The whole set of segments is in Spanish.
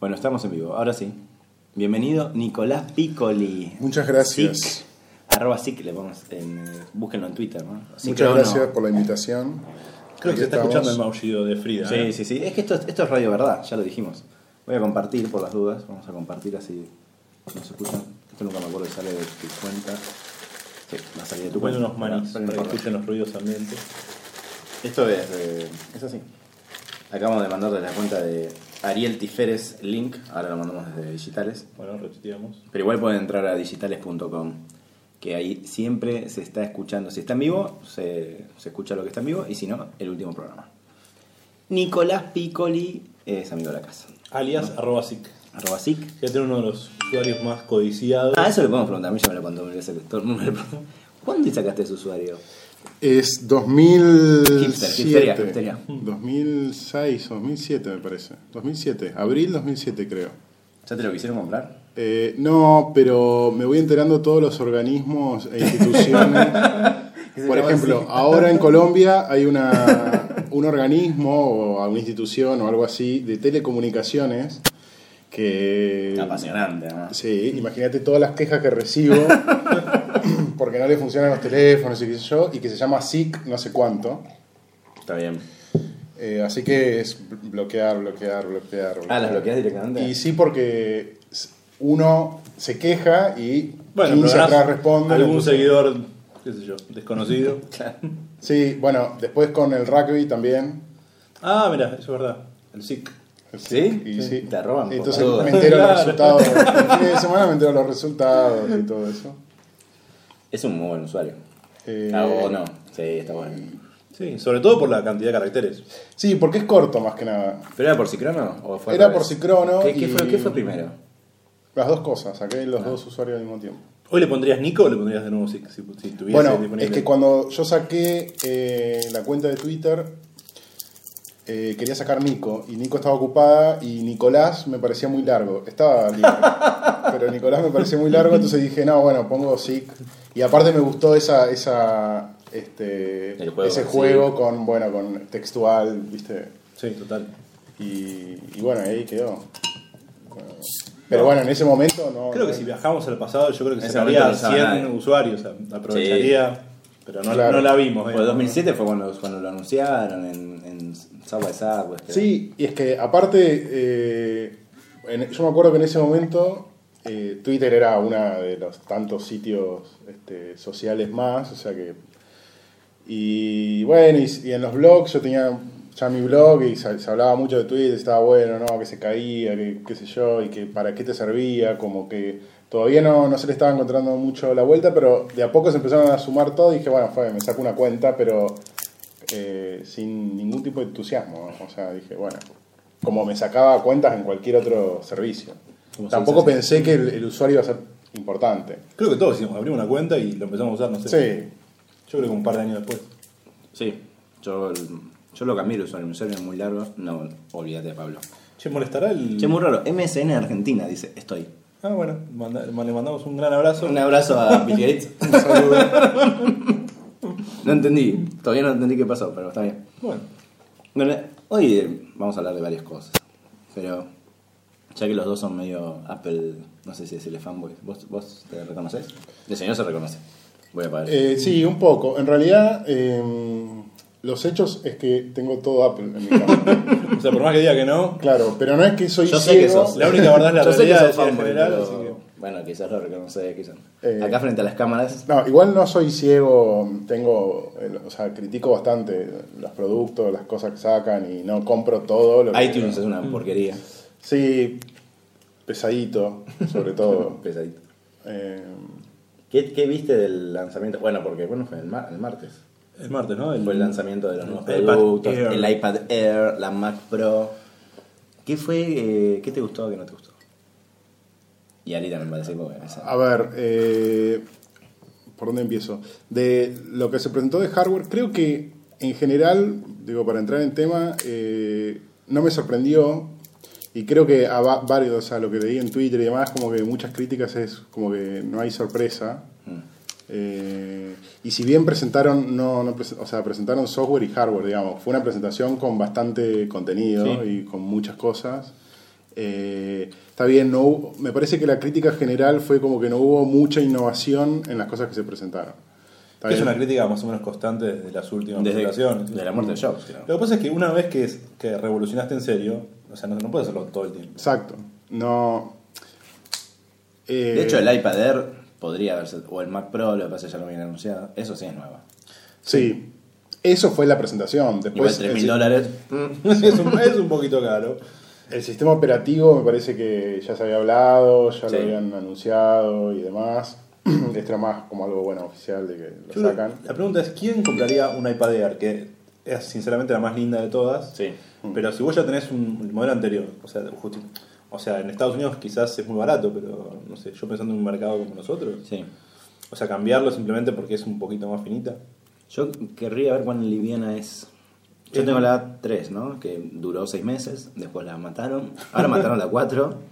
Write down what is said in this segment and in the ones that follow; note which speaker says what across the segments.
Speaker 1: Bueno, estamos en vivo, ahora sí. Bienvenido, Nicolás Piccoli.
Speaker 2: Muchas gracias.
Speaker 1: Sic, arroba SIC, le ponemos en, eh, búsquenlo en Twitter, ¿no? Sí,
Speaker 2: Muchas
Speaker 1: creo,
Speaker 2: gracias
Speaker 1: no.
Speaker 2: por la invitación.
Speaker 3: Creo
Speaker 2: Aquí
Speaker 3: que se está
Speaker 2: estamos.
Speaker 3: escuchando el maullido de Frida.
Speaker 1: Sí,
Speaker 3: ¿eh?
Speaker 1: sí, sí. Es que esto, es- esto es Radio Verdad, ya lo dijimos. Voy a compartir por las dudas, vamos a compartir así nos escuchan. Esto nunca me acuerdo si sale de tu cuenta. Sí, va a salir de tu
Speaker 3: Bueno,
Speaker 1: cuenta.
Speaker 3: unos manis
Speaker 1: Pero no
Speaker 3: para que
Speaker 1: importa.
Speaker 3: escuchen los ruidos ambientes.
Speaker 1: Esto es, de- es así. Acabamos de mandar desde la cuenta de Ariel Tiferes Link, ahora lo mandamos desde Digitales.
Speaker 3: Bueno, retuiteamos.
Speaker 1: Pero igual pueden entrar a digitales.com, que ahí siempre se está escuchando. Si está en vivo, se, se escucha lo que está en vivo, y si no, el último programa. Nicolás Piccoli es amigo de la casa.
Speaker 3: Alias arroba sic.
Speaker 1: Arroba SIC.
Speaker 3: Ya tiene uno de los usuarios más codiciados.
Speaker 1: Ah, eso le podemos preguntar, a mí ya me lo contó mil veces, todo el mundo le pregunta. ¿Cuándo sacaste ese usuario?
Speaker 2: Es
Speaker 1: Hipsteria,
Speaker 2: 2007.
Speaker 1: hipsteria.
Speaker 2: 2006, 2007 me parece. 2007, abril 2007 creo.
Speaker 1: ¿Ya te lo quisieron comprar?
Speaker 2: Eh, no, pero me voy enterando todos los organismos e instituciones.
Speaker 1: Que se
Speaker 2: Por
Speaker 1: llama
Speaker 2: ejemplo,
Speaker 1: así.
Speaker 2: ahora en Colombia hay una, un organismo o una institución o algo así de telecomunicaciones que...
Speaker 1: Apasionante, además.
Speaker 2: Sí, imagínate todas las quejas que recibo porque no le funcionan los teléfonos y qué sé yo, y que se llama SIC no sé cuánto.
Speaker 1: Está bien.
Speaker 2: Eh, así que es bl- bloquear, bloquear, bloquear.
Speaker 1: Ah, ¿las
Speaker 2: bloquear.
Speaker 1: bloqueas directamente?
Speaker 2: Y sí, porque s- uno se queja y
Speaker 3: Bueno,
Speaker 2: 15
Speaker 3: pero
Speaker 2: atrás
Speaker 3: ahora
Speaker 2: responde.
Speaker 3: Algún seguidor, qué sé yo, desconocido.
Speaker 2: Sí, bueno, después con el rugby también.
Speaker 3: Ah, mira, eso es verdad. El SIC.
Speaker 2: el
Speaker 1: ¿Sí?
Speaker 2: SIC, y
Speaker 1: Sí. Te roban por
Speaker 2: Entonces
Speaker 1: todo.
Speaker 2: me entero
Speaker 3: Claro.
Speaker 2: los resultados. El fin de semana me entero los resultados y todo eso.
Speaker 1: Es un muy buen usuario.
Speaker 2: Eh,
Speaker 1: Ah, o no. Sí, está bueno.
Speaker 3: Sí, sobre todo por la cantidad de caracteres.
Speaker 2: Sí, porque es corto más que nada.
Speaker 1: ¿Pero era por Cicrono? O fue al
Speaker 2: Era
Speaker 1: revés?
Speaker 2: por Cicrono
Speaker 1: ¿Qué, qué
Speaker 2: y-
Speaker 1: fue, qué fue primero?
Speaker 2: Las dos cosas, saqué los dos usuarios al mismo tiempo.
Speaker 3: ¿Hoy le pondrías Nico o le pondrías de nuevo SIC si, si tuviese
Speaker 2: Bueno,
Speaker 3: disponible?
Speaker 2: es que cuando yo saqué eh, la cuenta de Twitter, eh, quería sacar Nico, y Nico estaba ocupada, y Nicolás me parecía muy largo. Estaba libre, pero Nicolás me parecía muy largo, entonces dije, no, bueno, pongo SIC. Y aparte me gustó esa, esa, este,
Speaker 1: El juego,
Speaker 2: ese
Speaker 1: sí.
Speaker 2: juego con, bueno, con textual, ¿viste?
Speaker 3: Sí, total.
Speaker 2: Y, y bueno, ahí quedó. Pero bueno, en ese momento no...
Speaker 3: Creo que si viajamos al pasado, yo creo que
Speaker 1: En ese
Speaker 3: sacaría
Speaker 1: momento no usaba
Speaker 3: 100
Speaker 1: nadie.
Speaker 3: usuarios. a- Aprovecharía, pero no, la- no la vimos.
Speaker 1: Fue
Speaker 3: digamos.
Speaker 1: 2007 fue cuando, cuando lo anunciaron en, en este. South by Southwest.
Speaker 2: Sí, y es que aparte, eh, en- yo me acuerdo que en ese momento eh, Twitter era uno de los tantos sitios este, sociales más, o sea que... Y bueno, y, y en los blogs yo tenía ya mi blog y se, se hablaba mucho de Twitter, estaba bueno, ¿no? Que se caía, que qué sé yo, y que para qué te servía, como que todavía no, no se le estaba encontrando mucho la vuelta, pero de a poco se empezaron a sumar todo y dije, bueno, fue, me saco una cuenta, pero eh, sin ningún tipo de entusiasmo. ¿no? O sea, dije, bueno, como me sacaba cuentas en cualquier otro servicio.
Speaker 3: Como
Speaker 2: Tampoco pensé
Speaker 3: sensación.
Speaker 2: que el, el usuario iba a ser importante.
Speaker 3: Creo que todos hicimos, abrimos una cuenta y lo empezamos a usar, no sé.
Speaker 2: Sí,
Speaker 3: Yo creo que un par de años después.
Speaker 1: Sí. Yo, yo lo cambié el usuario. Mi usuario es muy largo. No, olvídate de Pablo.
Speaker 3: Che, ¿molestará el...?
Speaker 1: Che, muy raro. MSN Argentina dice, estoy.
Speaker 3: Ah, bueno, manda- le mandamos un gran abrazo.
Speaker 1: Un abrazo a Bill Gates.
Speaker 2: un saludo.
Speaker 1: No entendí. Todavía no entendí qué pasó, pero está bien.
Speaker 3: Bueno,
Speaker 1: Bueno, hoy eh, vamos a hablar de varias cosas. Pero ya que los dos son medio Apple, no sé si decirle fanboy. ¿Vos, vos te reconoces? El señor se reconoce. Voy a pagar.
Speaker 2: Eh, sí, un poco. En realidad, eh, los hechos es que tengo todo Apple en mi casa.
Speaker 3: o sea, por más que diga que no,
Speaker 2: claro, pero no es que soy
Speaker 1: Yo sé que
Speaker 2: ciego.
Speaker 1: sos-
Speaker 3: la única verdad es la
Speaker 1: Yo sé que
Speaker 3: realidad
Speaker 1: sos
Speaker 3: es en
Speaker 1: fanboy,
Speaker 3: general,
Speaker 1: pero-
Speaker 3: así que...
Speaker 1: Bueno, quizás lo reconoce, quizás. no.
Speaker 2: Eh.
Speaker 1: Acá frente a las cámaras.
Speaker 2: No, igual no soy ciego, tengo, eh, o sea, critico bastante los productos, las cosas que sacan y no compro todo. Lo que-
Speaker 1: iTunes es
Speaker 3: Mm.
Speaker 1: una porquería.
Speaker 2: Sí, pesadito, sobre todo.
Speaker 1: Pesadito.
Speaker 2: Eh,
Speaker 1: ¿Qué, qué viste del lanzamiento? Bueno, porque bueno, fue el, mar- el martes.
Speaker 3: El martes, ¿no?
Speaker 1: Fue Mm. el lanzamiento de los nuevos
Speaker 3: El iPad
Speaker 1: productos.
Speaker 3: Air.
Speaker 1: El iPad Air, la Mac Pro. ¿Qué fue? eh, ¿Qué te gustó o qué no te gustó? Y Ari también parece como
Speaker 2: a ver, eh, ¿por dónde empiezo? De lo que se presentó de hardware, creo que en general, digo, para entrar en tema, eh, no me sorprendió. Y creo que a va- varios, o sea, lo que leí en Twitter y demás, como que muchas críticas es como que no hay sorpresa. Eh, y si bien presentaron, no, no presen- o sea, presentaron software y hardware, digamos, fue una presentación con bastante contenido
Speaker 3: Sí.
Speaker 2: y con muchas cosas. Eh, está bien, no hubo- me parece que la crítica general fue como que no hubo mucha innovación en las cosas que se presentaron. Está
Speaker 3: Que es
Speaker 2: bien.
Speaker 3: una crítica más o menos constante desde las últimas
Speaker 1: Desde
Speaker 3: generaciones.
Speaker 1: de la muerte de Jobs, creo.
Speaker 3: Lo que pasa es que una vez que, es- que revolucionaste en serio, o sea, no, no puedes hacerlo todo el tiempo.
Speaker 2: Exacto. No. Eh,
Speaker 1: De hecho, el iPad Air podría haberse. O el Mac Pro, lo que pasa es que ya lo habían anunciado. Eso sí es nuevo.
Speaker 2: Sí. Eso fue la presentación.
Speaker 1: Igual
Speaker 2: Después,
Speaker 1: 3.000
Speaker 2: el-
Speaker 1: dólares.
Speaker 3: es, un, es un poquito caro.
Speaker 2: El sistema operativo me parece que ya se había hablado, ya
Speaker 1: Sí.
Speaker 2: lo habían anunciado y demás. Este era más como algo bueno oficial de que
Speaker 3: Yo
Speaker 2: lo
Speaker 3: creo-
Speaker 2: sacan.
Speaker 3: la pregunta es: ¿quién compraría un iPad Air? Que es sinceramente la más linda de todas.
Speaker 1: Sí.
Speaker 3: Pero si vos ya tenés un el modelo anterior, o sea, justi- o sea, en Estados Unidos quizás es muy barato, pero no sé, yo pensando en un mercado como nosotros,
Speaker 1: Sí.
Speaker 3: o sea, cambiarlo simplemente porque es un poquito más finita.
Speaker 1: Yo querría ver cuán liviana es. Yo
Speaker 3: Es-
Speaker 1: tengo la 3, ¿no? Que duró 6 meses, después la mataron. Ahora mataron la 4.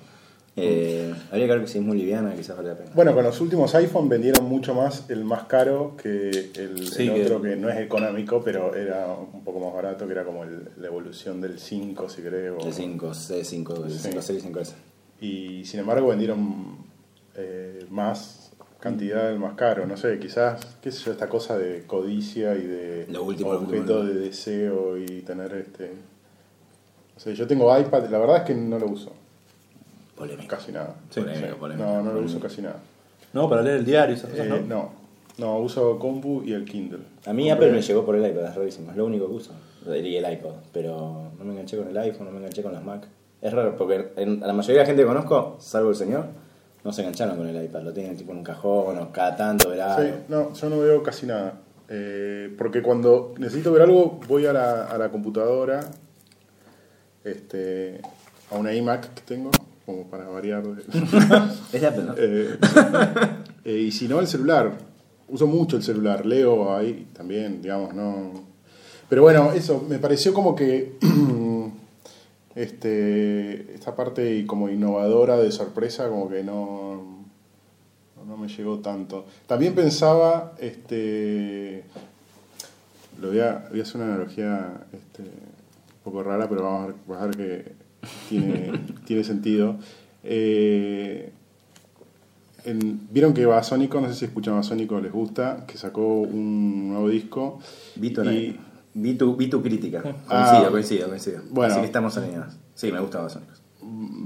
Speaker 1: Eh, habría que ver si es muy liviana, quizás vale la pena.
Speaker 2: Bueno, con los últimos iPhone vendieron mucho más el más caro que el,
Speaker 3: Sí,
Speaker 2: el
Speaker 3: que-
Speaker 2: otro que no es económico, pero era un poco más barato, que era como el- la evolución del 5, si querés. o-
Speaker 1: El 5, C, 5, el
Speaker 2: Sí.
Speaker 1: 5C y 5S.
Speaker 2: Y sin embargo vendieron eh, más cantidad del más caro. No sé, quizás, qué sé yo, esta cosa de codicia y de
Speaker 1: Lo último, lo último,
Speaker 2: objeto
Speaker 1: lo-
Speaker 2: de deseo y tener este... O sea, yo tengo iPad, la verdad es que no lo uso
Speaker 1: Polémica.
Speaker 2: casi nada.
Speaker 3: Sí,
Speaker 1: polémica, polémica.
Speaker 2: No, no lo uso casi nada.
Speaker 3: No, para leer el diario, esas
Speaker 2: Eh, no.
Speaker 3: cosas, ¿no?
Speaker 2: no, uso Compu y el Kindle.
Speaker 1: A mí
Speaker 2: Compré-
Speaker 1: Apple me llegó por el iPad, es rarísimo. Es lo único que uso. Y el iPod. Pero no me enganché con el iPhone, no me enganché con las Mac. Es raro porque en- a la mayoría de la gente que conozco, salvo el señor, no se engancharon con el iPad. Lo tienen tipo en un cajón o cada tanto, verá.
Speaker 2: Sí, no, yo no veo casi nada. Eh, porque cuando necesito ver algo, voy a la, a la computadora, este, a una iMac que tengo, como para variar. de-
Speaker 1: Es de Apple, ¿no?
Speaker 2: Eh, eh, y si no, el celular. Uso mucho el celular, leo ahí también, digamos, no. Pero bueno, eso, me pareció como que este, esta parte como innovadora de sorpresa, como que no, no me llegó tanto. También pensaba, este, lo voy a, voy a hacer una analogía este, un poco rara, pero vamos a ver, vas a ver que tiene, tiene sentido. Eh, en- Vieron que Basónico, no sé si escuchan Basónico, les gusta, que sacó un nuevo disco.
Speaker 1: Vito,
Speaker 2: Y-
Speaker 1: no- vi, tu, vi tu crítica. Coincido,
Speaker 2: Ah.
Speaker 1: coincido, coincido.
Speaker 2: Bueno.
Speaker 1: Así que estamos alineados. Sí, me gusta Basónicos.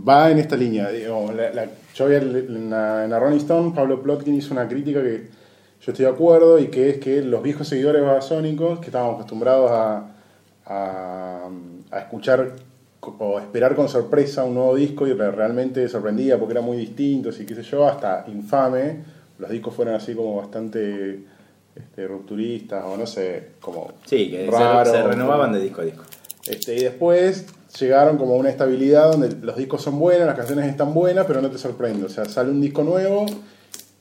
Speaker 2: va en esta línea. digamos, la- la- yo había le- en la, en la Rolling Stone, Pablo Plotkin hizo una crítica que yo estoy de acuerdo y que es que los viejos seguidores basónicos que estábamos acostumbrados a, a, a escuchar co- o a esperar con sorpresa un nuevo disco y re- realmente sorprendía porque eran muy distintos y qué sé yo, hasta infame, los discos fueron así como bastante este, rupturistas o no sé, como
Speaker 1: Sí, que se-
Speaker 2: raro,
Speaker 1: se, renovaban de disco a disco.
Speaker 2: este, y después llegaron como a una estabilidad donde los discos son buenos, las canciones están buenas, pero no te sorprende. O sea, sale un disco nuevo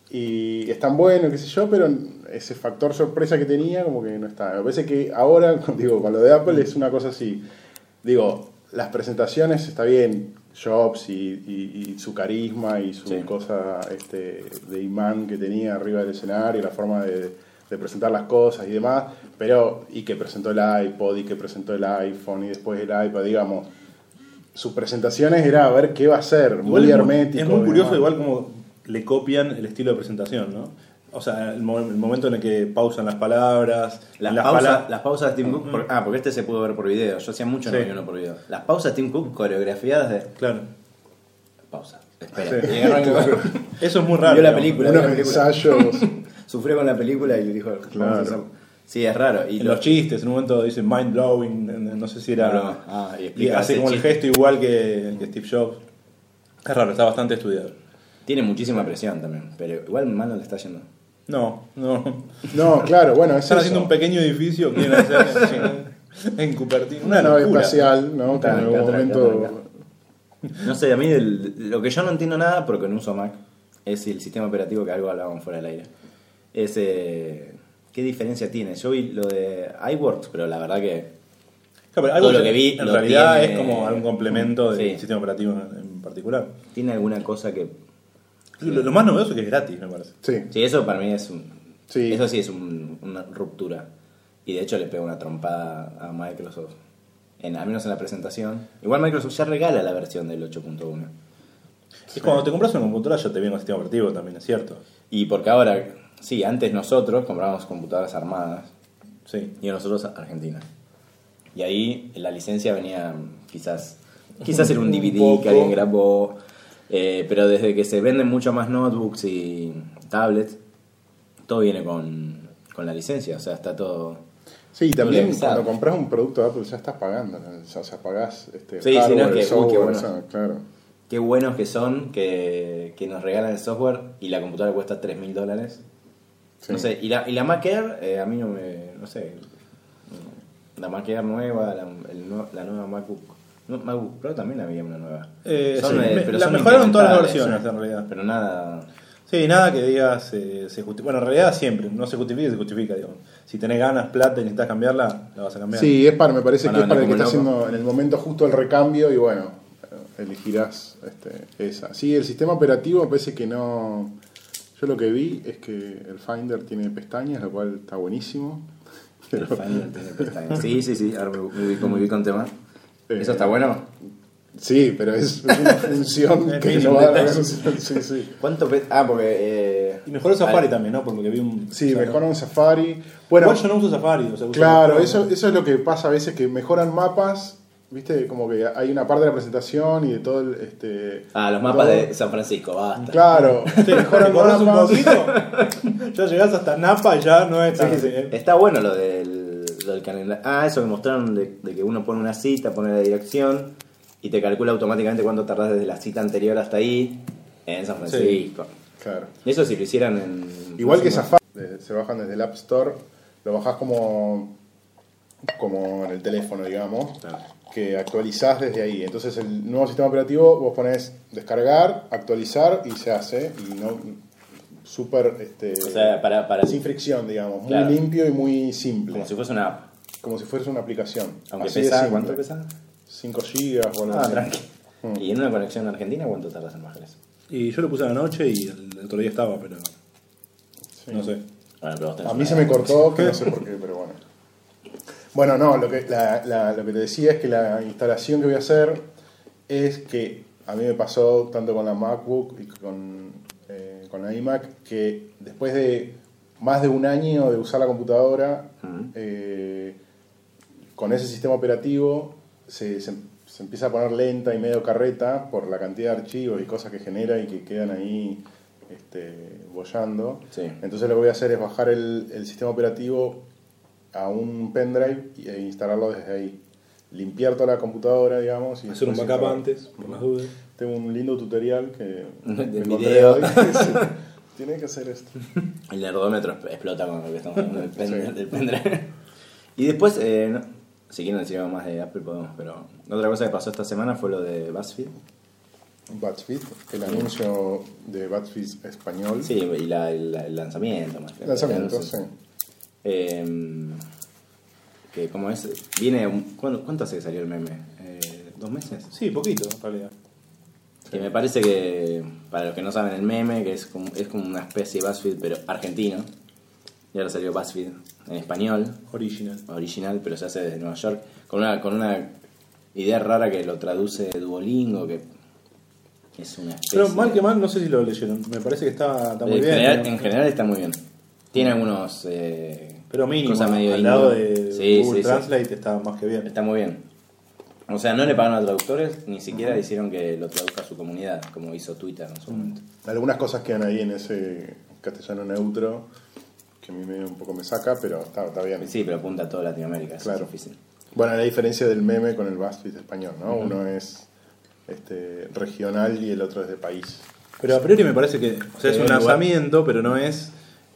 Speaker 2: y están buenos, qué sé yo, pero ese factor sorpresa que tenía como que no está. Me parece que ahora, digo, con lo de Apple es una cosa así. Digo, las presentaciones está bien, Jobs y, y- y su carisma y su
Speaker 1: Sí.
Speaker 2: cosa este, de imán que tenía arriba del escenario, la forma de, de presentar las cosas y demás, pero y que presentó el iPod y que presentó el iPhone y después el iPad, digamos. Sus presentaciones era a ver qué va a ser,
Speaker 3: Igual
Speaker 2: muy
Speaker 3: es
Speaker 2: hermético.
Speaker 3: Es muy
Speaker 2: y
Speaker 3: curioso
Speaker 2: demás.
Speaker 3: igual como le copian el estilo de presentación, ¿no? O sea, el, mo- el momento en el que pausan las palabras,
Speaker 1: Las,
Speaker 3: las
Speaker 1: pausas,
Speaker 3: pala-
Speaker 1: las pausas de Tim Cook. por- ah, porque este se pudo ver por video. Yo hacía mucho no
Speaker 3: Sí.
Speaker 1: veía uno por video. Las pausas de Tim Cook coreografiadas de.
Speaker 3: Claro.
Speaker 1: Pausa. Espera. Y agarró el-
Speaker 3: Eso es muy raro.
Speaker 1: Vio la
Speaker 3: digamos.
Speaker 1: película.
Speaker 2: Unos
Speaker 1: la película.
Speaker 2: ensayos.
Speaker 1: Sufrió con la película y le dijo. vamos a
Speaker 2: Claro.
Speaker 1: hacer- Sí, es raro. Y
Speaker 3: En
Speaker 1: lo-
Speaker 3: los chistes, en un momento dice mind blowing, en- en- no sé si
Speaker 1: No,
Speaker 3: era.
Speaker 1: no. Ah, y
Speaker 3: y
Speaker 1: explica
Speaker 3: hace
Speaker 1: ese
Speaker 3: como el
Speaker 1: chiste.
Speaker 3: gesto igual que, que Steve Jobs. Es raro, está bastante estudiado.
Speaker 1: Tiene muchísima presión también. Pero igual mal no le está yendo.
Speaker 3: No, no.
Speaker 2: No, claro, bueno, es
Speaker 3: Están haciendo
Speaker 2: eso.
Speaker 3: un pequeño edificio, quieren hacer en, en Cupertino. Una
Speaker 2: una nave
Speaker 3: locura.
Speaker 2: espacial, ¿no? Que en
Speaker 1: Tranca,
Speaker 2: algún
Speaker 1: tranca,
Speaker 2: momento.
Speaker 1: No sé, a mí del- lo que yo no entiendo nada, porque no uso Mac, es el sistema operativo que algo hablaban fuera del aire. Es, eh, ¿Qué diferencia tiene? Yo vi lo de iWorks, pero la verdad que...
Speaker 3: Claro, pero algo
Speaker 1: Todo lo
Speaker 3: que
Speaker 1: que vi
Speaker 3: en
Speaker 1: lo
Speaker 3: realidad
Speaker 1: tiene-
Speaker 3: es como algún complemento del
Speaker 1: Sí.
Speaker 3: sistema operativo en, en particular.
Speaker 1: Tiene alguna cosa que...
Speaker 3: Lo, lo más novedoso es que es gratis, me parece.
Speaker 2: Sí.
Speaker 1: Sí, eso para mí es un...
Speaker 2: Sí.
Speaker 1: Eso sí es un- una ruptura. Y de hecho le pego una trompada a Microsoft en, al menos en la presentación. Igual Microsoft ya regala la versión del 8.1.
Speaker 3: Es cuando te compras una computadora ya te viene un sistema operativo también, es cierto.
Speaker 1: Y porque ahora, sí, antes nosotros comprábamos computadoras armadas
Speaker 3: Sí.
Speaker 1: y nosotros Argentina. Y ahí la licencia venía mm, quizás, quizás era un
Speaker 2: Un
Speaker 1: DVD
Speaker 2: poco.
Speaker 1: que alguien grabó, eh, pero desde que se venden mucho más notebooks y tablets, todo viene con, con la licencia, o sea, está todo...
Speaker 2: Sí, y también
Speaker 1: Indexado.
Speaker 2: cuando compras un producto de Apple ya estás pagando, ¿no? ya, o sea, pagás este,
Speaker 1: Sí, si no es que,
Speaker 2: el
Speaker 1: uy, qué
Speaker 2: software,
Speaker 1: bueno.
Speaker 2: o sea, claro.
Speaker 1: Qué buenos que son, que, que nos regalan el software y la computadora cuesta 3 mil dólares.
Speaker 2: Sí.
Speaker 1: No sé, y la, y la Mac Air, eh, a mí no me. No sé. La Mac Air nueva, la, el nue- la nueva MacBook. no, MacBook Pro también había una nueva.
Speaker 3: Eh,
Speaker 1: Son,
Speaker 3: sí.
Speaker 1: eh,
Speaker 3: Me-
Speaker 1: pero
Speaker 3: la
Speaker 1: son
Speaker 3: mejoraron todas las
Speaker 1: implementables,
Speaker 3: versiones en realidad.
Speaker 1: Pero nada.
Speaker 3: Sí, nada que digas, eh, se justi- bueno, en realidad siempre, no se justifica, se justifica, digamos. Si tenés ganas, plata y necesitas cambiarla, la vas a cambiar.
Speaker 2: Sí, es para, me parece
Speaker 1: Van a
Speaker 2: que es para el que
Speaker 1: vender
Speaker 2: está
Speaker 1: como
Speaker 2: haciendo en el momento justo el recambio y bueno, elegirás este, esa. Sí, el sistema operativo me parece que no... Yo lo que vi es que el Finder tiene pestañas, lo cual está buenísimo.
Speaker 1: El Final tiene pestañas. Sí, sí, sí. Ahora me, me ubico, me ubico en tema.
Speaker 2: Eh,
Speaker 1: ¿Eso está bueno?
Speaker 2: Sí, pero es una función que
Speaker 3: Es
Speaker 2: no
Speaker 3: un
Speaker 2: va a
Speaker 3: detalle.
Speaker 2: dar- Sí, sí.
Speaker 1: ¿Cuánto pe- Ah, porque. eh,
Speaker 3: Y mejoró Safari
Speaker 1: al-
Speaker 3: también, ¿no? Por lo que vi un.
Speaker 2: Sí,
Speaker 3: o sea,
Speaker 2: mejor
Speaker 3: no-
Speaker 2: un Safari. Bueno,
Speaker 3: Igual yo no uso Safari, o sea, uso
Speaker 2: Claro,
Speaker 3: Chrome.
Speaker 2: eso, eso es lo que pasa a veces, que mejoran mapas, viste, como que hay una parte de la presentación y de todo el... Este,
Speaker 1: Ah, los mapas
Speaker 2: todo-
Speaker 1: de San Francisco, basta.
Speaker 2: Claro,
Speaker 3: Te mejoran
Speaker 2: mejoran
Speaker 3: un
Speaker 2: mapas.
Speaker 3: poquito. ya llegás hasta Napa y ya no es tan.
Speaker 2: Sí, sí.
Speaker 3: eh,
Speaker 1: Está bueno lo del, lo del calendario. Ah, eso que mostraron de, de que uno pone una cita, pone la dirección y te calcula automáticamente cuánto tardás desde la cita anterior hasta ahí en San Francisco.
Speaker 2: Claro.
Speaker 1: Eso si lo hicieran en.
Speaker 2: Igual que
Speaker 1: no sé,
Speaker 2: Safari, eh, se bajan desde el App Store, lo bajás como, como en el teléfono, digamos, que actualizás desde ahí. Entonces el nuevo sistema operativo vos ponés descargar, actualizar y se hace, y no súper... Este,
Speaker 1: O sea, para. para
Speaker 2: sin fricción, digamos,
Speaker 1: Claro.
Speaker 2: muy limpio y muy simple.
Speaker 1: como si fuese una app.
Speaker 2: Como si fuese una aplicación.
Speaker 1: Aunque
Speaker 2: Así de
Speaker 1: pesa.
Speaker 2: simple.
Speaker 1: ¿Cuánto pesa?
Speaker 2: 5 gigas o algo
Speaker 1: Ah,
Speaker 2: así.
Speaker 1: tranqui. ¿Y en una conexión argentina cuánto tardas en bajar eso?
Speaker 3: Y yo lo puse a la noche y el otro día estaba, pero.
Speaker 2: Sí.
Speaker 3: No sé.
Speaker 1: Bueno, pero vos tenés
Speaker 2: A mí
Speaker 1: una-
Speaker 2: se me cortó, que no sé por qué, pero bueno. Bueno, no, lo que, la- la- lo que te decía es que la instalación que voy a hacer es que a mí me pasó tanto con la MacBook y con, eh, con la iMac que después de más de un año de usar la computadora,
Speaker 1: Ujú.
Speaker 2: eh, con ese sistema operativo se, se- se empieza a poner lenta y medio carreta por la cantidad de archivos y cosas que genera y que quedan ahí este, bollando.
Speaker 1: Sí.
Speaker 2: Entonces lo que voy a hacer es bajar el, el sistema operativo a un pendrive y- e instalarlo desde ahí. Limpiar toda la computadora, digamos. Y
Speaker 3: Hacer un
Speaker 2: después
Speaker 3: backup
Speaker 2: instalar.
Speaker 3: antes, por las dudas.
Speaker 2: Tengo un lindo tutorial que
Speaker 1: De
Speaker 2: me
Speaker 1: video.
Speaker 2: hoy. Sí. Tienes que hacer esto.
Speaker 1: El nerdómetro exp- explota con lo que estamos hablando del pendrive. del pendrive. y después, eh, no- si quieren decir algo más de Apple podemos, pero otra cosa que pasó esta semana fue lo de BuzzFeed.
Speaker 2: BuzzFeed, el anuncio de BuzzFeed español.
Speaker 1: Sí, y la- el, el lanzamiento más que
Speaker 2: Lanzamiento,
Speaker 1: el
Speaker 2: sí.
Speaker 1: anuncio. Eh, que como es, viene, un- ¿cuándo- ¿cuánto hace que salió el meme? Eh, ¿Dos meses?
Speaker 3: Sí, poquito, en realidad.
Speaker 1: Que me parece que, para los que no saben el meme, que es como, es como una especie de BuzzFeed, pero argentino. Y ahora salió BuzzFeed en español.
Speaker 3: Original.
Speaker 1: original, pero se hace desde Nueva York, con una, con una idea rara que lo traduce Duolingo, que es una especie
Speaker 3: Pero mal que
Speaker 1: de-
Speaker 3: mal, no sé si lo leyeron. Me parece que está, está muy
Speaker 1: en,
Speaker 3: bien. ¿eh?
Speaker 1: general,
Speaker 3: ¿no?
Speaker 1: en general está muy bien. Tiene algunos... eh,
Speaker 3: Pero mínimo,
Speaker 1: cosas medio
Speaker 3: al lado
Speaker 1: indie.
Speaker 3: de
Speaker 1: Sí,
Speaker 3: Google
Speaker 1: sí, sí.
Speaker 3: Translate está más que bien.
Speaker 1: Está muy bien. O sea, no le pagaron a traductores, ni siquiera hicieron que lo traduzca a su comunidad, como hizo Twitter en su momento.
Speaker 2: Algunas cosas quedan ahí en ese castellano neutro que a mí medio un poco me saca, pero está, está bien.
Speaker 1: Sí, pero apunta a toda Latinoamérica, eso
Speaker 2: Claro.
Speaker 1: es difícil.
Speaker 2: Bueno, la diferencia del meme con el BuzzFeed español, ¿no? Uno es este, regional y el otro es de país.
Speaker 3: Pero a priori me parece que o sea, es
Speaker 1: Sí,
Speaker 3: un
Speaker 1: igual.
Speaker 3: lanzamiento, pero no es.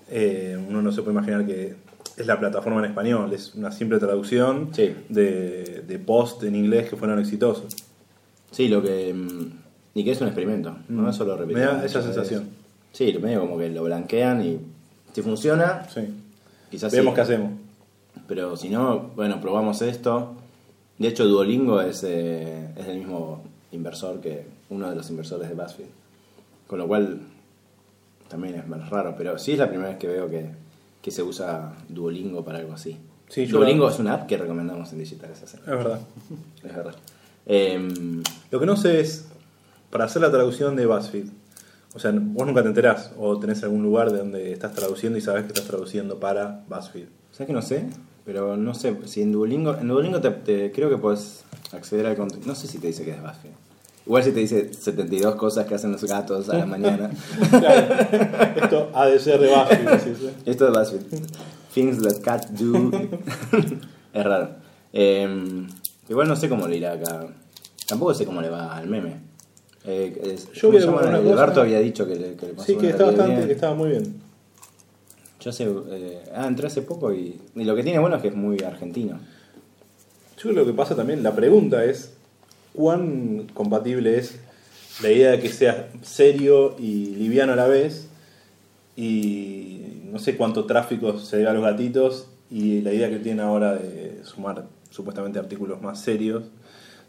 Speaker 3: eh, uno no se puede imaginar que es la plataforma en español, es una simple traducción
Speaker 1: Sí.
Speaker 3: de, de post en inglés que fueron exitosos.
Speaker 1: Sí, lo que... mm, Y que es un experimento, no es solo repetir.
Speaker 3: Me da esa sensación.
Speaker 1: Sí, lo medio como que lo blanquean y si funciona,
Speaker 3: Sí.
Speaker 1: quizás
Speaker 3: Vemos
Speaker 1: sí.
Speaker 3: qué hacemos.
Speaker 1: Pero si no, bueno, probamos esto. De hecho, Duolingo es, eh, es el mismo inversor que uno de los inversores de BuzzFeed. Con lo cual, también es más raro. Pero sí es la primera vez que veo que, que se usa Duolingo para algo así.
Speaker 3: Sí, yo
Speaker 1: Duolingo es una app que recomendamos en Digitales Hacer.
Speaker 3: Es verdad.
Speaker 1: Es verdad. Em,
Speaker 3: Lo que no sé es, para hacer la traducción de BuzzFeed, o sea, vos nunca te enterás o tenés algún lugar de donde estás traduciendo y sabés que estás traduciendo para BuzzFeed.
Speaker 1: ¿Sabes que no sé? Pero no sé, si en Duolingo, en Duolingo te, te- creo que puedes acceder al contenido. No sé si te dice que es Buffy. Igual si te dice 72 cosas que hacen los gatos a la mañana.
Speaker 3: Esto ha de ser de BuzzFeed, decís, ¿eh?
Speaker 1: Esto es BuzzFeed. Things that cat do. es raro. Eh, igual no sé cómo le irá acá. Tampoco sé cómo le va al meme. Eh, es-
Speaker 3: Yo
Speaker 1: ¿cómo
Speaker 3: vi
Speaker 1: se llama?
Speaker 3: alguna cosa-
Speaker 1: Alberto había dicho que le, que le pasó
Speaker 3: Sí,
Speaker 1: una
Speaker 3: que está
Speaker 1: tarde
Speaker 3: bastante,
Speaker 1: bien.
Speaker 3: que estaba muy bien.
Speaker 1: Yo hace, eh, ah, entré hace poco y, y lo que tiene bueno es que es muy argentino.
Speaker 3: Yo creo que lo que pasa también, la pregunta es, ¿cuán compatible es la idea de que seas serio y liviano a la vez? Y no sé cuánto tráfico se debe a los gatitos y la idea que tienen ahora de sumar supuestamente artículos más serios.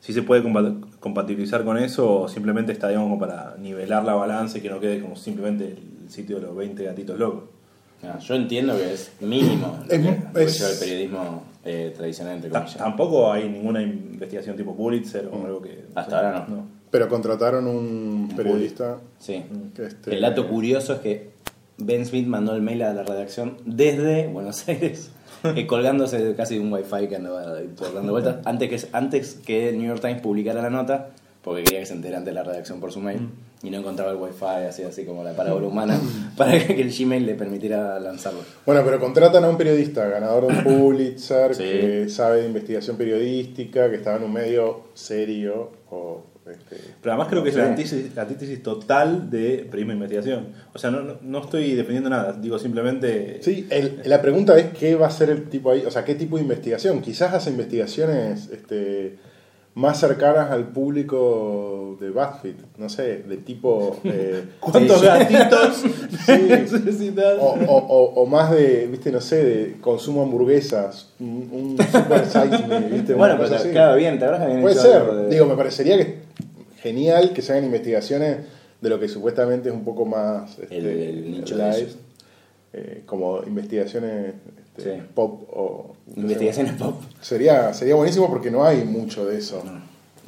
Speaker 3: Si se puede compa- compatibilizar con eso o simplemente está, digamos, como para nivelar la balanza y que no quede como simplemente el sitio de los 20 gatitos locos.
Speaker 1: No, Ah, yo entiendo que es mínimo lo
Speaker 2: Es-
Speaker 1: que lo que
Speaker 2: es-
Speaker 1: lleva el periodismo eh, tradicional, entre
Speaker 3: Ta-
Speaker 1: comillas.
Speaker 3: Tampoco hay ninguna investigación tipo Pulitzer o algo que...
Speaker 1: Mm. Hasta ahora no.
Speaker 2: Pero contrataron un periodista.
Speaker 1: Sí.
Speaker 2: que este-
Speaker 1: El dato curioso es que Ben Smith mandó el mail a la redacción desde Buenos Aires, eh, colgándose de casi de un wifi que andaba ahí por dando vueltas, antes que, antes que el New York Times publicara la nota, porque quería que se enterara antes la redacción por su
Speaker 2: Mm.
Speaker 1: mail, y no encontraba el wifi, así, así como la parábola humana,
Speaker 2: Mm.
Speaker 1: para que el Gmail le permitiera lanzarlo.
Speaker 2: Bueno, pero contratan a un periodista, ganador de un Pulitzer,
Speaker 1: Sí.
Speaker 2: que sabe de investigación periodística, que estaba en un medio serio o este,
Speaker 3: Pero además creo que es
Speaker 1: Sí.
Speaker 3: la antítesis, la antítesis total de prima investigación. O sea, no, no, no estoy defendiendo nada, digo simplemente...
Speaker 2: Sí, el- la pregunta es qué va a ser el tipo ahí, o sea, qué tipo de investigación. Quizás las investigaciones este, más cercanas al público de BuzzFeed, no sé, de tipo... eh,
Speaker 3: ¿Cuántos
Speaker 2: sí,
Speaker 3: gatitos
Speaker 2: sí,
Speaker 3: necesitas?
Speaker 2: o, o- o- o más de, viste, no sé, de consumo hamburguesas, un, un super size me, viste,
Speaker 1: Bueno,
Speaker 2: una
Speaker 1: pero
Speaker 2: cosa así.
Speaker 1: queda bien, te habrás bien
Speaker 2: Puede
Speaker 1: hecho
Speaker 2: ser,
Speaker 1: algo de-
Speaker 2: digo, me parecería que genial que se hagan investigaciones de lo que supuestamente es un poco más este,
Speaker 1: El- el nicho de ellos.
Speaker 2: eh, como investigaciones este,
Speaker 1: Sí.
Speaker 2: pop o
Speaker 1: Investigaciones pop.
Speaker 2: Sería, sería buenísimo porque no hay mucho de eso.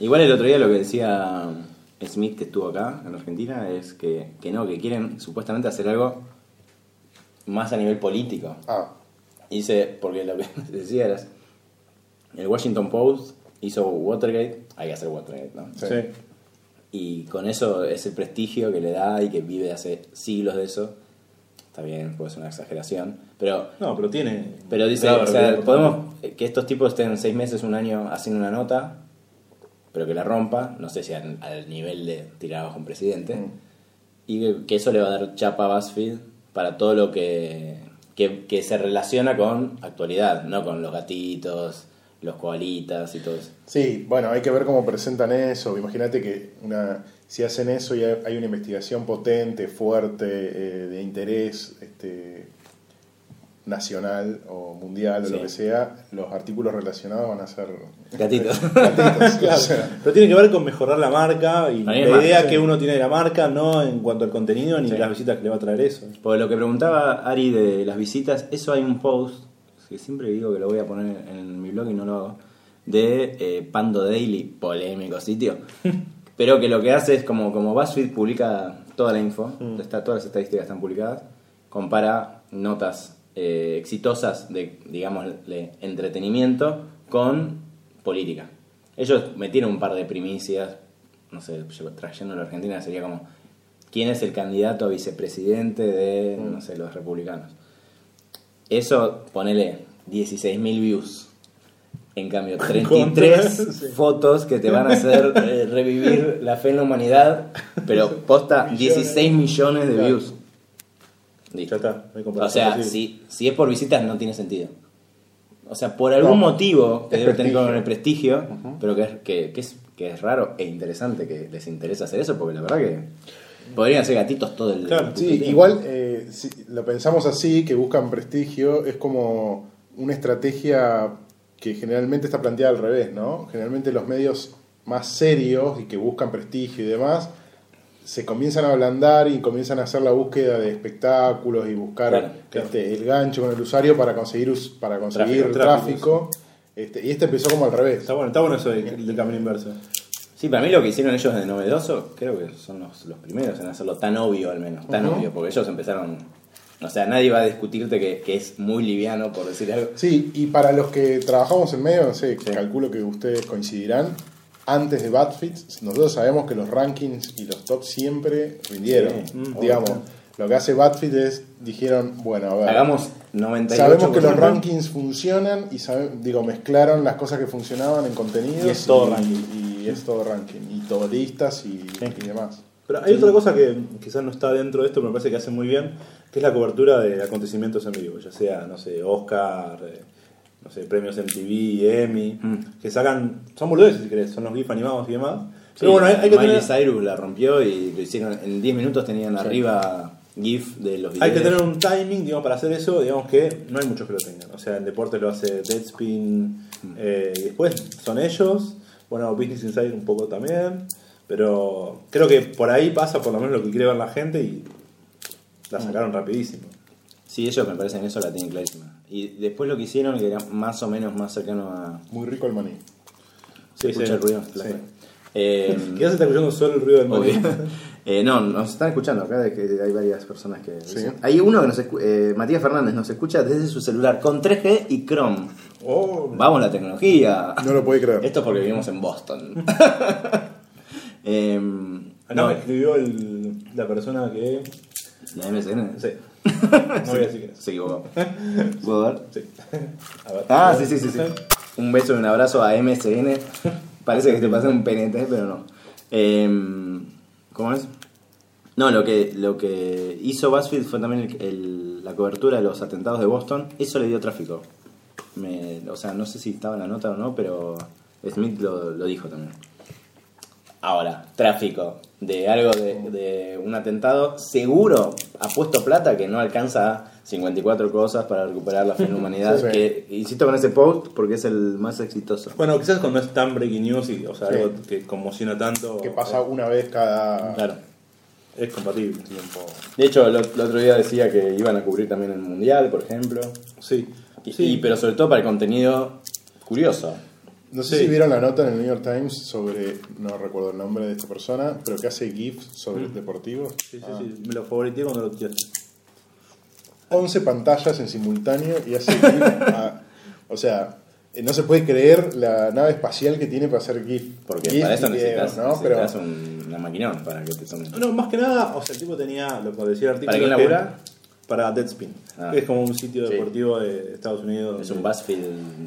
Speaker 1: Igual el otro día lo que decía Smith que estuvo acá en Argentina es que, que no, que quieren supuestamente hacer algo más a nivel político.
Speaker 2: Ah,
Speaker 1: Dice, porque lo que decía era, el Washington Post hizo Watergate, hay que hacer Watergate, ¿no?
Speaker 2: sí.
Speaker 3: Sí.
Speaker 1: Y con eso es el prestigio que le da y que vive hace siglos de eso. Está bien, puede ser una exageración, pero
Speaker 3: No, pero tiene...
Speaker 1: Pero dice,
Speaker 3: Claro,
Speaker 1: o sea,
Speaker 3: claro.
Speaker 1: podemos que estos tipos estén seis meses, un año haciendo una nota, pero que la rompa, no sé si al, al nivel de tirar abajo un presidente,
Speaker 3: Mm.
Speaker 2: mm.
Speaker 1: y que, que eso le va a dar chapa a BuzzFeed para todo lo que, que, que se relaciona con actualidad, no con los gatitos, los koalitas y todo eso.
Speaker 2: Sí, bueno, hay que ver cómo presentan eso. Imagínate que una, si hacen eso y hay hay una investigación potente, fuerte, eh, de interés este, nacional o mundial o
Speaker 1: Sí.
Speaker 2: lo que sea, los artículos relacionados van a ser
Speaker 1: Gatitos.
Speaker 2: Gatitos, o
Speaker 3: Claro,
Speaker 2: sea,
Speaker 3: pero tiene que ver con mejorar la marca y
Speaker 1: La
Speaker 3: la
Speaker 1: misma,
Speaker 3: idea
Speaker 1: sí.
Speaker 3: que uno tiene de la marca, no en cuanto al contenido ni
Speaker 1: Sí.
Speaker 3: las visitas que le va a traer eso.
Speaker 1: Por lo que preguntaba Ari de las visitas, eso hay un post, que siempre digo que lo voy a poner en mi blog y no lo hago, de eh, Pando Daily, polémico sitio. Pero que lo que hace es como, como BuzzFeed publica toda la info, está, todas las estadísticas están publicadas, compara notas eh, exitosas de, digamos, de entretenimiento con política. Ellos metieron un par de primicias, no sé, llevo- trayéndolo a Argentina sería como quién es el candidato a vicepresidente de,
Speaker 3: Mm.
Speaker 1: no sé, los republicanos. Eso, ponele 16.000 views. En cambio, 33
Speaker 3: sí.
Speaker 1: fotos que te van a hacer eh, revivir la fe en la humanidad, pero posta 16 millones de
Speaker 2: Claro.
Speaker 1: views. Listo.
Speaker 3: Ya está, no hay
Speaker 1: O
Speaker 3: comparación
Speaker 1: sea,
Speaker 3: posible.
Speaker 1: si, si es por visitas no tiene sentido. O sea, por algún
Speaker 2: No.
Speaker 1: motivo que
Speaker 2: Es
Speaker 1: debe tener
Speaker 2: prestigio.
Speaker 1: con el prestigio, pero que es, que, que es, que es raro e interesante que les interesa hacer eso, porque la verdad que podrían ser gatitos todo el
Speaker 3: Claro.
Speaker 2: Sí, igual eh, si lo pensamos así, que buscan prestigio, es como una estrategia que generalmente está planteada al revés, ¿no? Generalmente los medios más serios y que buscan prestigio y demás se comienzan a ablandar y comienzan a hacer la búsqueda de espectáculos y buscar
Speaker 1: Claro,
Speaker 3: claro.
Speaker 2: este, el gancho con el usuario para conseguir, us- para conseguir
Speaker 3: Tráfico,
Speaker 2: tráfico.
Speaker 3: tráfico,
Speaker 2: Este, y este empezó como al revés.
Speaker 3: Está bueno, está bueno eso de- del camino inverso.
Speaker 1: Sí, para mí lo que hicieron ellos de novedoso, creo que son los, los primeros en hacerlo tan obvio al menos, tan
Speaker 2: Ujú.
Speaker 1: obvio, porque ellos empezaron, o sea, nadie va a discutirte que, que es muy liviano por decir algo.
Speaker 2: Sí, y para los que trabajamos en medio, no sé,
Speaker 1: Sí.
Speaker 2: calculo que ustedes coincidirán. Antes de Batfits, nosotros sabemos que los rankings y los tops siempre rindieron.
Speaker 1: Sí,
Speaker 2: Mm, digamos, lo que hace Batfits es, dijeron, bueno, a ver,
Speaker 1: Hagamos 98%.
Speaker 2: sabemos que los
Speaker 1: por ejemplo.
Speaker 2: rankings funcionan y sabe- digo, mezclaron las cosas que funcionaban en contenidos.
Speaker 3: Y es todo ranking.
Speaker 2: Y es todo ranking. Y todo listas y, y demás.
Speaker 3: Pero hay otra cosa que quizás no está dentro de esto, pero me parece que hacen muy bien, que es la cobertura de acontecimientos en vivo, ya sea, no sé, Oscar, eh, no sé, premios MTV, Emmy,
Speaker 1: Mm.
Speaker 3: que sacan, son boludeces si querés, son los GIF animados y demás.
Speaker 1: Sí,
Speaker 3: Pero bueno, hay, hay que
Speaker 1: Miley
Speaker 3: tener,
Speaker 1: Cyrus la rompió y lo hicieron, en 10 minutos tenían arriba GIF de los videos.
Speaker 3: hay que tener un timing, digamos, para hacer eso, digamos que no hay muchos que lo tengan. O sea, en deporte lo hace Deadspin,
Speaker 1: Mm.
Speaker 3: eh, y después son ellos, bueno, Business Insider un poco también, pero creo que por ahí pasa por lo menos lo que quiere ver la gente y
Speaker 1: Mm.
Speaker 3: la sacaron rapidísimo.
Speaker 1: Sí, ellos me parece en eso la tienen clarísima. Y después lo que hicieron, que era más o menos más cercano a...
Speaker 2: Muy rico el maní.
Speaker 1: ¿Se
Speaker 3: Sí,
Speaker 1: escucha
Speaker 3: sí.
Speaker 1: el ruido?
Speaker 3: Sí.
Speaker 1: Eh,
Speaker 3: Quizás está escuchando solo el ruido del
Speaker 1: Obvio.
Speaker 3: móvil.
Speaker 1: Eh, no, nos están escuchando acá, de que hay varias personas que...
Speaker 2: Sí.
Speaker 1: dicen. Hay uno que nos escu- eh, Matías Fernández nos escucha desde su celular con 3G y Chrome.
Speaker 3: Oh,
Speaker 1: Vamos la tecnología.
Speaker 2: No lo puede creer.
Speaker 1: Esto es porque vivimos en Boston. Em,
Speaker 3: acá
Speaker 1: no,
Speaker 3: me escribió el- la persona que.
Speaker 1: la MSN.
Speaker 3: Sí. No voy a decir quién es.
Speaker 1: Se equivocó. ¿Puedo ver?
Speaker 3: Sí. A ver.
Speaker 1: Ah, sí, sí, sí, sí. Un beso y un abrazo a MSN. Parece que te pasé un PNT, pero no. Em, ¿Cómo es? No, lo que, lo que hizo BuzzFeed fue también el- el- la cobertura de los atentados de Boston. Eso le dio tráfico. Me- o sea, no sé si estaba en la nota o no, pero Smith lo, lo dijo también. Ahora, tráfico de algo de, de un atentado, seguro ha puesto plata que no alcanza a 54 cosas para recuperar la fe en humanidad.
Speaker 2: Sí, sí.
Speaker 1: Que, insisto con ese post porque es el más exitoso.
Speaker 3: Bueno, quizás cuando es tan breaking news y o sea,
Speaker 2: Sí.
Speaker 3: algo que conmociona tanto.
Speaker 2: Que pasa una vez cada
Speaker 1: Claro.
Speaker 3: Es, es compatible.
Speaker 2: tiempo.
Speaker 1: De hecho, el, ot- el otro día decía que iban a cubrir también el mundial, por ejemplo.
Speaker 3: Sí.
Speaker 1: Y-
Speaker 3: Sí.
Speaker 1: y- pero sobre todo para el contenido curioso.
Speaker 2: No sé
Speaker 3: Sí.
Speaker 2: si vieron la nota en el New York Times sobre, no recuerdo el nombre de esta persona, pero que hace GIFs sobre deportivos.
Speaker 3: Mm. Sí, sí,
Speaker 2: Ah.
Speaker 3: sí. Me lo favorité cuando lo tiraste.
Speaker 2: 11 Ah. pantallas en simultáneo y hace GIF. a- o sea, eh, no se puede creer la nave espacial que tiene para hacer GIF.
Speaker 1: Porque
Speaker 2: GIF
Speaker 1: para eso
Speaker 2: y
Speaker 1: necesitas,
Speaker 2: videos, ¿no? Pero
Speaker 1: necesitas un- una maquinón para que te tomen.
Speaker 3: No, más que nada, o sea, el tipo tenía, lo que decía el artículo.
Speaker 1: quién
Speaker 3: es que-
Speaker 1: labura?
Speaker 3: Para Deadspin.
Speaker 1: Ah.
Speaker 3: Que es como un sitio
Speaker 1: Sí.
Speaker 3: deportivo de Estados Unidos.
Speaker 1: Es
Speaker 3: donde-
Speaker 1: un BuzzFeed.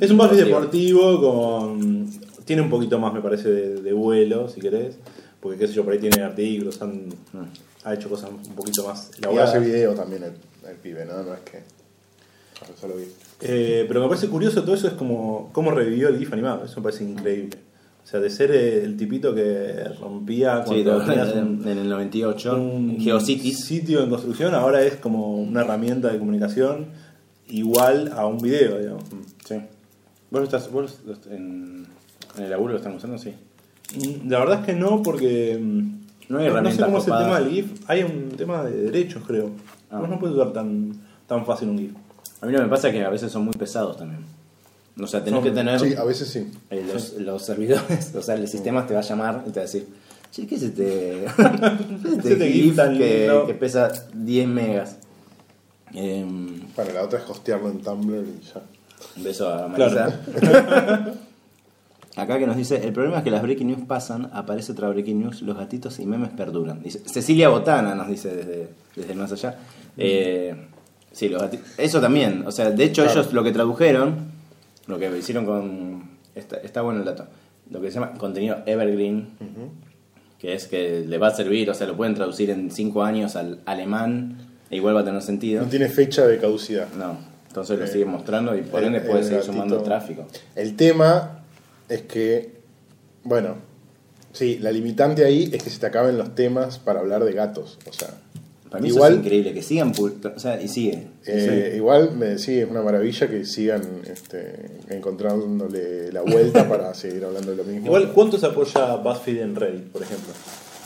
Speaker 3: Es un Buffy
Speaker 1: deportivo.
Speaker 3: deportivo con. Tiene un poquito más, me parece, de, de vuelo, si querés. Porque, qué sé yo, por ahí tiene artículos, han, ha hecho cosas un poquito más
Speaker 2: y hace
Speaker 3: elaboradas.
Speaker 2: video también el, el pibe, ¿no? No es que. hace Solo GIF.
Speaker 3: Eh, pero me parece curioso todo eso, es como cómo revivió el GIF animado. Eso me parece increíble. O sea, de ser eh, el tipito que rompía
Speaker 1: Sí,
Speaker 3: cuando tenías
Speaker 1: en,
Speaker 3: un,
Speaker 1: en el 98,
Speaker 3: un
Speaker 1: Geocities.
Speaker 3: sitio en construcción, ahora es como una herramienta de comunicación igual a un video, digamos.
Speaker 1: Sí. ¿Vos, estás, vos los- en, en el laburo lo están usando? Sí.
Speaker 3: Mm, La verdad es que no, porque. mm,
Speaker 1: No hay herramientas
Speaker 3: sé cómo es el tema
Speaker 1: copadas.
Speaker 3: del GIF. Hay un tema de derechos, creo.
Speaker 1: Ah.
Speaker 3: Vos no puedes usar tan, tan fácil un GIF.
Speaker 1: A mí no me pasa que a veces son muy pesados también. O sea, tenés
Speaker 3: Son-
Speaker 1: que tener
Speaker 2: Sí, a veces sí.
Speaker 1: eh, los, los servidores, o sea, el sistema te va a llamar y te va a decir, che, ¿qué es este, qué es
Speaker 3: Ese
Speaker 1: este
Speaker 3: te
Speaker 1: GIF
Speaker 3: quitan,
Speaker 1: que,
Speaker 3: no.
Speaker 1: que pesa 10 megas? Eh, un
Speaker 2: Para la otra es hostearlo en Tumblr y ya.
Speaker 1: beso a
Speaker 3: Claro.
Speaker 1: Marisa. Acá que nos dice, el problema es que las breaking news pasan, aparece otra breaking news, los gatitos y memes perduran. Dice, Cecilia Botana nos dice desde, desde el más allá. Eh, sí, los gati- Eso también, o sea, de hecho
Speaker 2: Claro.
Speaker 1: ellos lo que tradujeron, lo que hicieron con... Está, está bueno el dato. Lo que se llama contenido evergreen, que es que le va a servir, o sea, lo pueden traducir en 5 años al alemán e igual va a tener sentido.
Speaker 2: No tiene fecha de caducidad.
Speaker 1: No, entonces lo
Speaker 2: Eh,
Speaker 1: siguen mostrando y por
Speaker 2: el-
Speaker 1: ende
Speaker 3: eh,
Speaker 1: puede
Speaker 2: el
Speaker 1: seguir
Speaker 2: gatito.
Speaker 1: sumando tráfico.
Speaker 2: El tema es que, bueno, sí, la limitante ahí es que se te acaben los temas para hablar de gatos. O sea,
Speaker 1: Para mí
Speaker 2: Igual-
Speaker 1: eso es increíble, que sigan, pu- o sea, y sigue.
Speaker 2: eh, igual me decís, es una maravilla que sigan este, encontrándole la vuelta para seguir hablando de lo mismo.
Speaker 3: Igual, ¿cuánto se apoya BuzzFeed en Reddit, por ejemplo?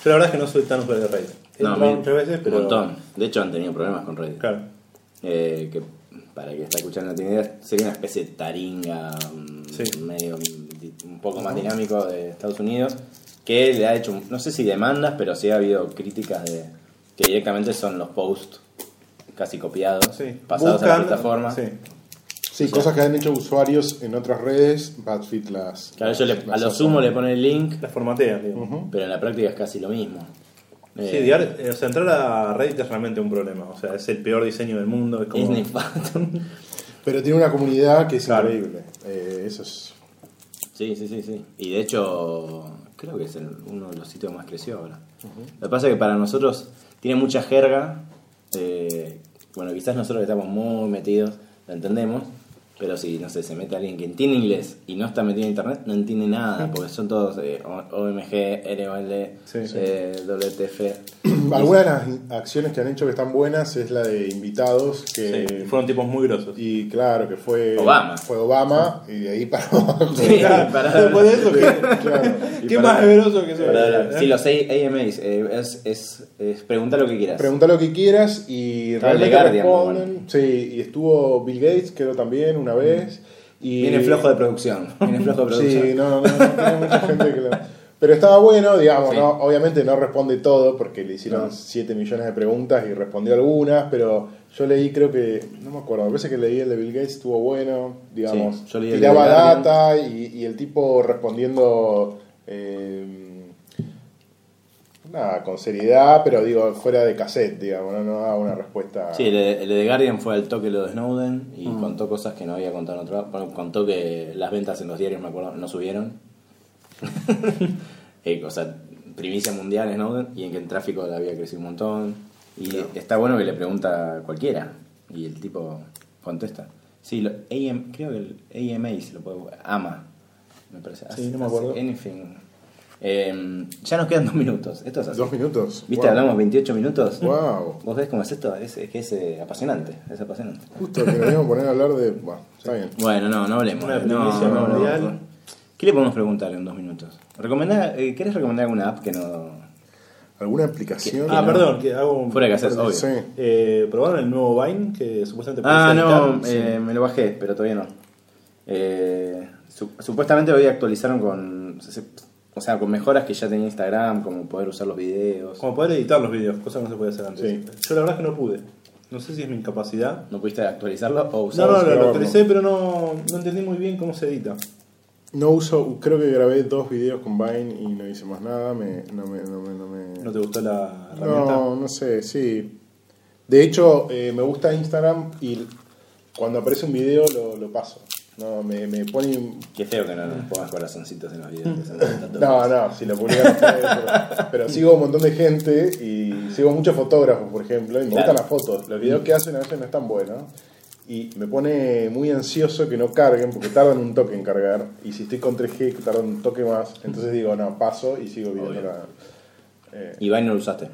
Speaker 3: Yo la verdad es que no soy tan usuario de Reddit. He
Speaker 1: No,
Speaker 3: entrado
Speaker 1: me-
Speaker 3: muchas veces, pero.
Speaker 1: Un montón. De hecho, han tenido problemas con Reddit.
Speaker 3: Claro.
Speaker 1: Eh, que para el que está escuchando no tiene idea, sería una especie de taringa mm,
Speaker 3: Sí.
Speaker 1: medio mm, di- un poco más dinámico de Estados Unidos que le ha hecho, un- no sé si demandas, pero sí ha habido críticas de que directamente son los posts casi copiados,
Speaker 3: Sí.
Speaker 1: pasados a
Speaker 3: Buscan-
Speaker 1: la plataforma.
Speaker 3: Sí.
Speaker 2: Sí, cosas que han hecho usuarios en otras redes, BadFit las...
Speaker 1: Claro, yo le- a
Speaker 2: las
Speaker 1: lo
Speaker 2: hace.
Speaker 1: sumo le pone el link,
Speaker 3: Las formatean, digamos.
Speaker 1: pero en la práctica es casi lo mismo. Eh,
Speaker 3: Sí, diar- eh, o sea, entrar a Reddit es realmente un problema. O sea, es el peor diseño del mundo. Es
Speaker 1: es
Speaker 3: como.
Speaker 1: nefasto.
Speaker 2: Pero tiene una comunidad que es
Speaker 3: Claro.
Speaker 2: increíble. Eh, eso es...
Speaker 1: Sí, sí, sí, sí. Y de hecho, creo que es el- uno de los sitios que más creció ahora. Lo que pasa es que para nosotros tiene mucha jerga. eh, bueno, quizás nosotros que estamos muy metidos, lo entendemos. Pero si, no sé, se mete alguien que entiende inglés y no está metido en internet, no entiende nada, porque son todos eh, O- OMG, LOL,
Speaker 3: Sí, sí.
Speaker 1: eh, WTF.
Speaker 2: Algunas de las acciones que han hecho que están buenas es la de invitados que...
Speaker 3: Sí, fueron tipos muy grosos.
Speaker 2: Y claro, que fue
Speaker 1: Obama.
Speaker 2: Fue Obama y de ahí para abajo.
Speaker 1: Sí,
Speaker 3: Claro,
Speaker 1: Eh, para-
Speaker 3: después de eso, ¿qué,
Speaker 2: Claro.
Speaker 1: Y
Speaker 3: qué
Speaker 1: para-
Speaker 3: más groso que soy?
Speaker 1: Para-
Speaker 3: ¿Eh?
Speaker 1: Sí, los A- AMAs, eh, es, es, es pregunta lo que quieras.
Speaker 2: Pregunta lo que quieras y
Speaker 1: Claro,
Speaker 2: realmente
Speaker 1: The Guardian,
Speaker 2: responden.
Speaker 1: muy bueno.
Speaker 2: Sí, y estuvo Bill Gates, quedó también una vez. Y
Speaker 1: Viene flojo de producción. Viene flojo de producción.
Speaker 2: Sí, no, no, no, tiene mucha gente que lo- Pero estaba bueno, digamos,
Speaker 1: Sí.
Speaker 2: ¿no? obviamente no responde todo porque le hicieron
Speaker 1: No.
Speaker 2: 7 millones de preguntas y respondió algunas, pero yo leí, creo que, no me acuerdo, me parece que leí el de Bill Gates, estuvo bueno, digamos,
Speaker 1: Sí, yo leí el de
Speaker 2: tiraba
Speaker 1: The Guardian.
Speaker 2: data y, y el tipo respondiendo, eh, nada, con seriedad, pero digo, fuera de cassette, digamos, no, no daba una respuesta.
Speaker 1: Sí, el de, el de The Guardian fue al toque lo de Snowden y
Speaker 2: Mm.
Speaker 1: contó cosas que no había contado en otro lado. Bueno, contó que las ventas en los diarios, me acuerdo, no subieron. Eh, o sea, primicia mundial en Snowden y en que el tráfico había crecido un montón. Y está bueno que le pregunta a cualquiera y el tipo contesta. Sí, lo, AM, creo que el AMA se lo puede buscar. AMA, me parece.
Speaker 2: Sí, no me acuerdo.
Speaker 1: Anything. Eh, ya nos quedan dos minutos. Esto es así.
Speaker 2: Dos minutos.
Speaker 1: ¿Viste?
Speaker 2: Wow.
Speaker 1: Hablamos 28 minutos.
Speaker 2: Wow.
Speaker 1: ¿Vos ves cómo es esto? Es, es que es eh, apasionante, es apasionante.
Speaker 2: Justo que nos íbamos a poner a hablar de... Bueno, está bien.
Speaker 1: Bueno, no, no hablemos.
Speaker 3: Una
Speaker 1: eh, no,
Speaker 3: primicia
Speaker 1: no, no,
Speaker 3: mundial.
Speaker 1: no. ¿Qué le podemos preguntar en dos minutos? ¿Recomendá, eh, ¿Querés recomendar alguna app que no...
Speaker 2: ¿Alguna aplicación?
Speaker 3: Ah, perdón, que hago un.
Speaker 1: Fuera de cassette, obvio.
Speaker 2: Sí.
Speaker 3: Eh, ¿Probaron el nuevo Vine? Que supuestamente
Speaker 1: Ah,
Speaker 3: puede ser
Speaker 1: no,
Speaker 3: digital.
Speaker 1: eh, me lo bajé, pero todavía no. Eh, su- supuestamente hoy actualizaron con... se- se- o sea, con mejoras que ya tenía Instagram, como poder usar los videos.
Speaker 3: Como poder editar los vídeos, cosa que no se podía hacer antes.
Speaker 2: Sí.
Speaker 3: Yo la verdad es que no pude. No sé si es mi incapacidad.
Speaker 1: ¿No pudiste actualizarlo o
Speaker 3: No,
Speaker 1: usarlo?
Speaker 3: no, lo,
Speaker 2: grabarlo.
Speaker 3: lo actualicé, pero no, no entendí muy bien cómo se edita.
Speaker 2: No uso, creo que grabé dos videos con Vine y no hice más nada. Me, no me. No, me, no, me-
Speaker 3: ¿No te gustó la herramienta?
Speaker 2: no, no sé, sí. De hecho, eh, me gusta Instagram y cuando aparece un video lo, lo paso. No, me, me pone.
Speaker 1: Qué feo que no nos pongas corazoncitos en los
Speaker 3: Mm.
Speaker 1: videos. que son tanto-
Speaker 2: No, no, si lo publican ustedes, pero, pero sigo un montón de gente y sigo muchos fotógrafos, por ejemplo, y me
Speaker 1: Claro.
Speaker 2: gustan las fotos. Los videos que hacen a veces no están buenos. Y me pone muy ansioso que no carguen, porque tardan un toque en cargar. Y si estoy con 3G, que tardan un toque más. Entonces digo, no, paso y sigo viendo
Speaker 1: Obvio.
Speaker 2: la...
Speaker 1: Y Vine no lo usaste.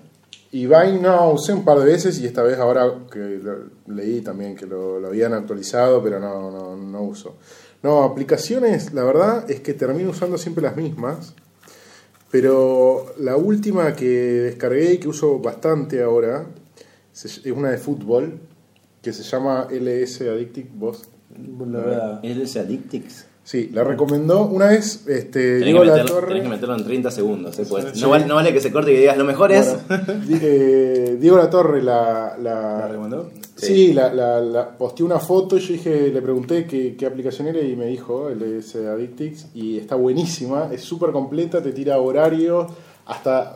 Speaker 2: Y Vine no, usé un par de veces y esta vez ahora que lo- leí también que lo, lo habían actualizado, pero no, no, no uso. No, aplicaciones, la verdad es que termino usando siempre las mismas, pero la última que descargué y que uso bastante ahora se ll- es una de fútbol que se llama LS Addictive Boss.
Speaker 3: La verdad.
Speaker 1: ¿Es de ese Addictix?
Speaker 2: Sí, la recomendó una vez,
Speaker 1: Tenés
Speaker 2: este,
Speaker 1: que,
Speaker 2: Diego La
Speaker 1: meterlo, tenés
Speaker 2: Torre.
Speaker 1: que meterlo en 30 segundos. ¿eh? Pues,
Speaker 2: Sí.
Speaker 1: no, vale, no vale que se corte y que digas lo mejor es.
Speaker 2: eh, Diego La Torre la, la-
Speaker 3: ¿La recomendó?
Speaker 1: Sí.
Speaker 2: Sí, la, la, la- posteé una foto y yo dije, le pregunté qué, qué aplicación era y me dijo, LS Addictix, y está buenísima, es súper completa, te tira horarios, hasta,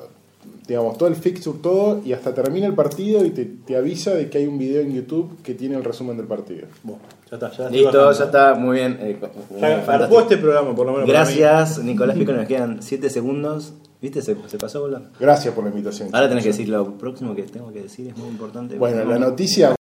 Speaker 2: digamos, todo el fixture, todo, y hasta termina el partido y te, te avisa de que hay un video en YouTube que tiene el resumen del partido.
Speaker 3: Bueno, ya está, ya estoy
Speaker 1: Listo,
Speaker 3: bajando.
Speaker 1: ya está, muy bien. eh,
Speaker 3: Ya
Speaker 1: fantástico.
Speaker 3: Arpó este programa, por lo menos. para
Speaker 1: Gracias, Nicolás Pico, nos quedan 7 segundos. ¿Viste? Se, se pasó, boludo.
Speaker 2: Gracias por la invitación.
Speaker 1: Ahora tenés que decir lo próximo que tengo que decir, es muy importante.
Speaker 2: Bueno, la noticia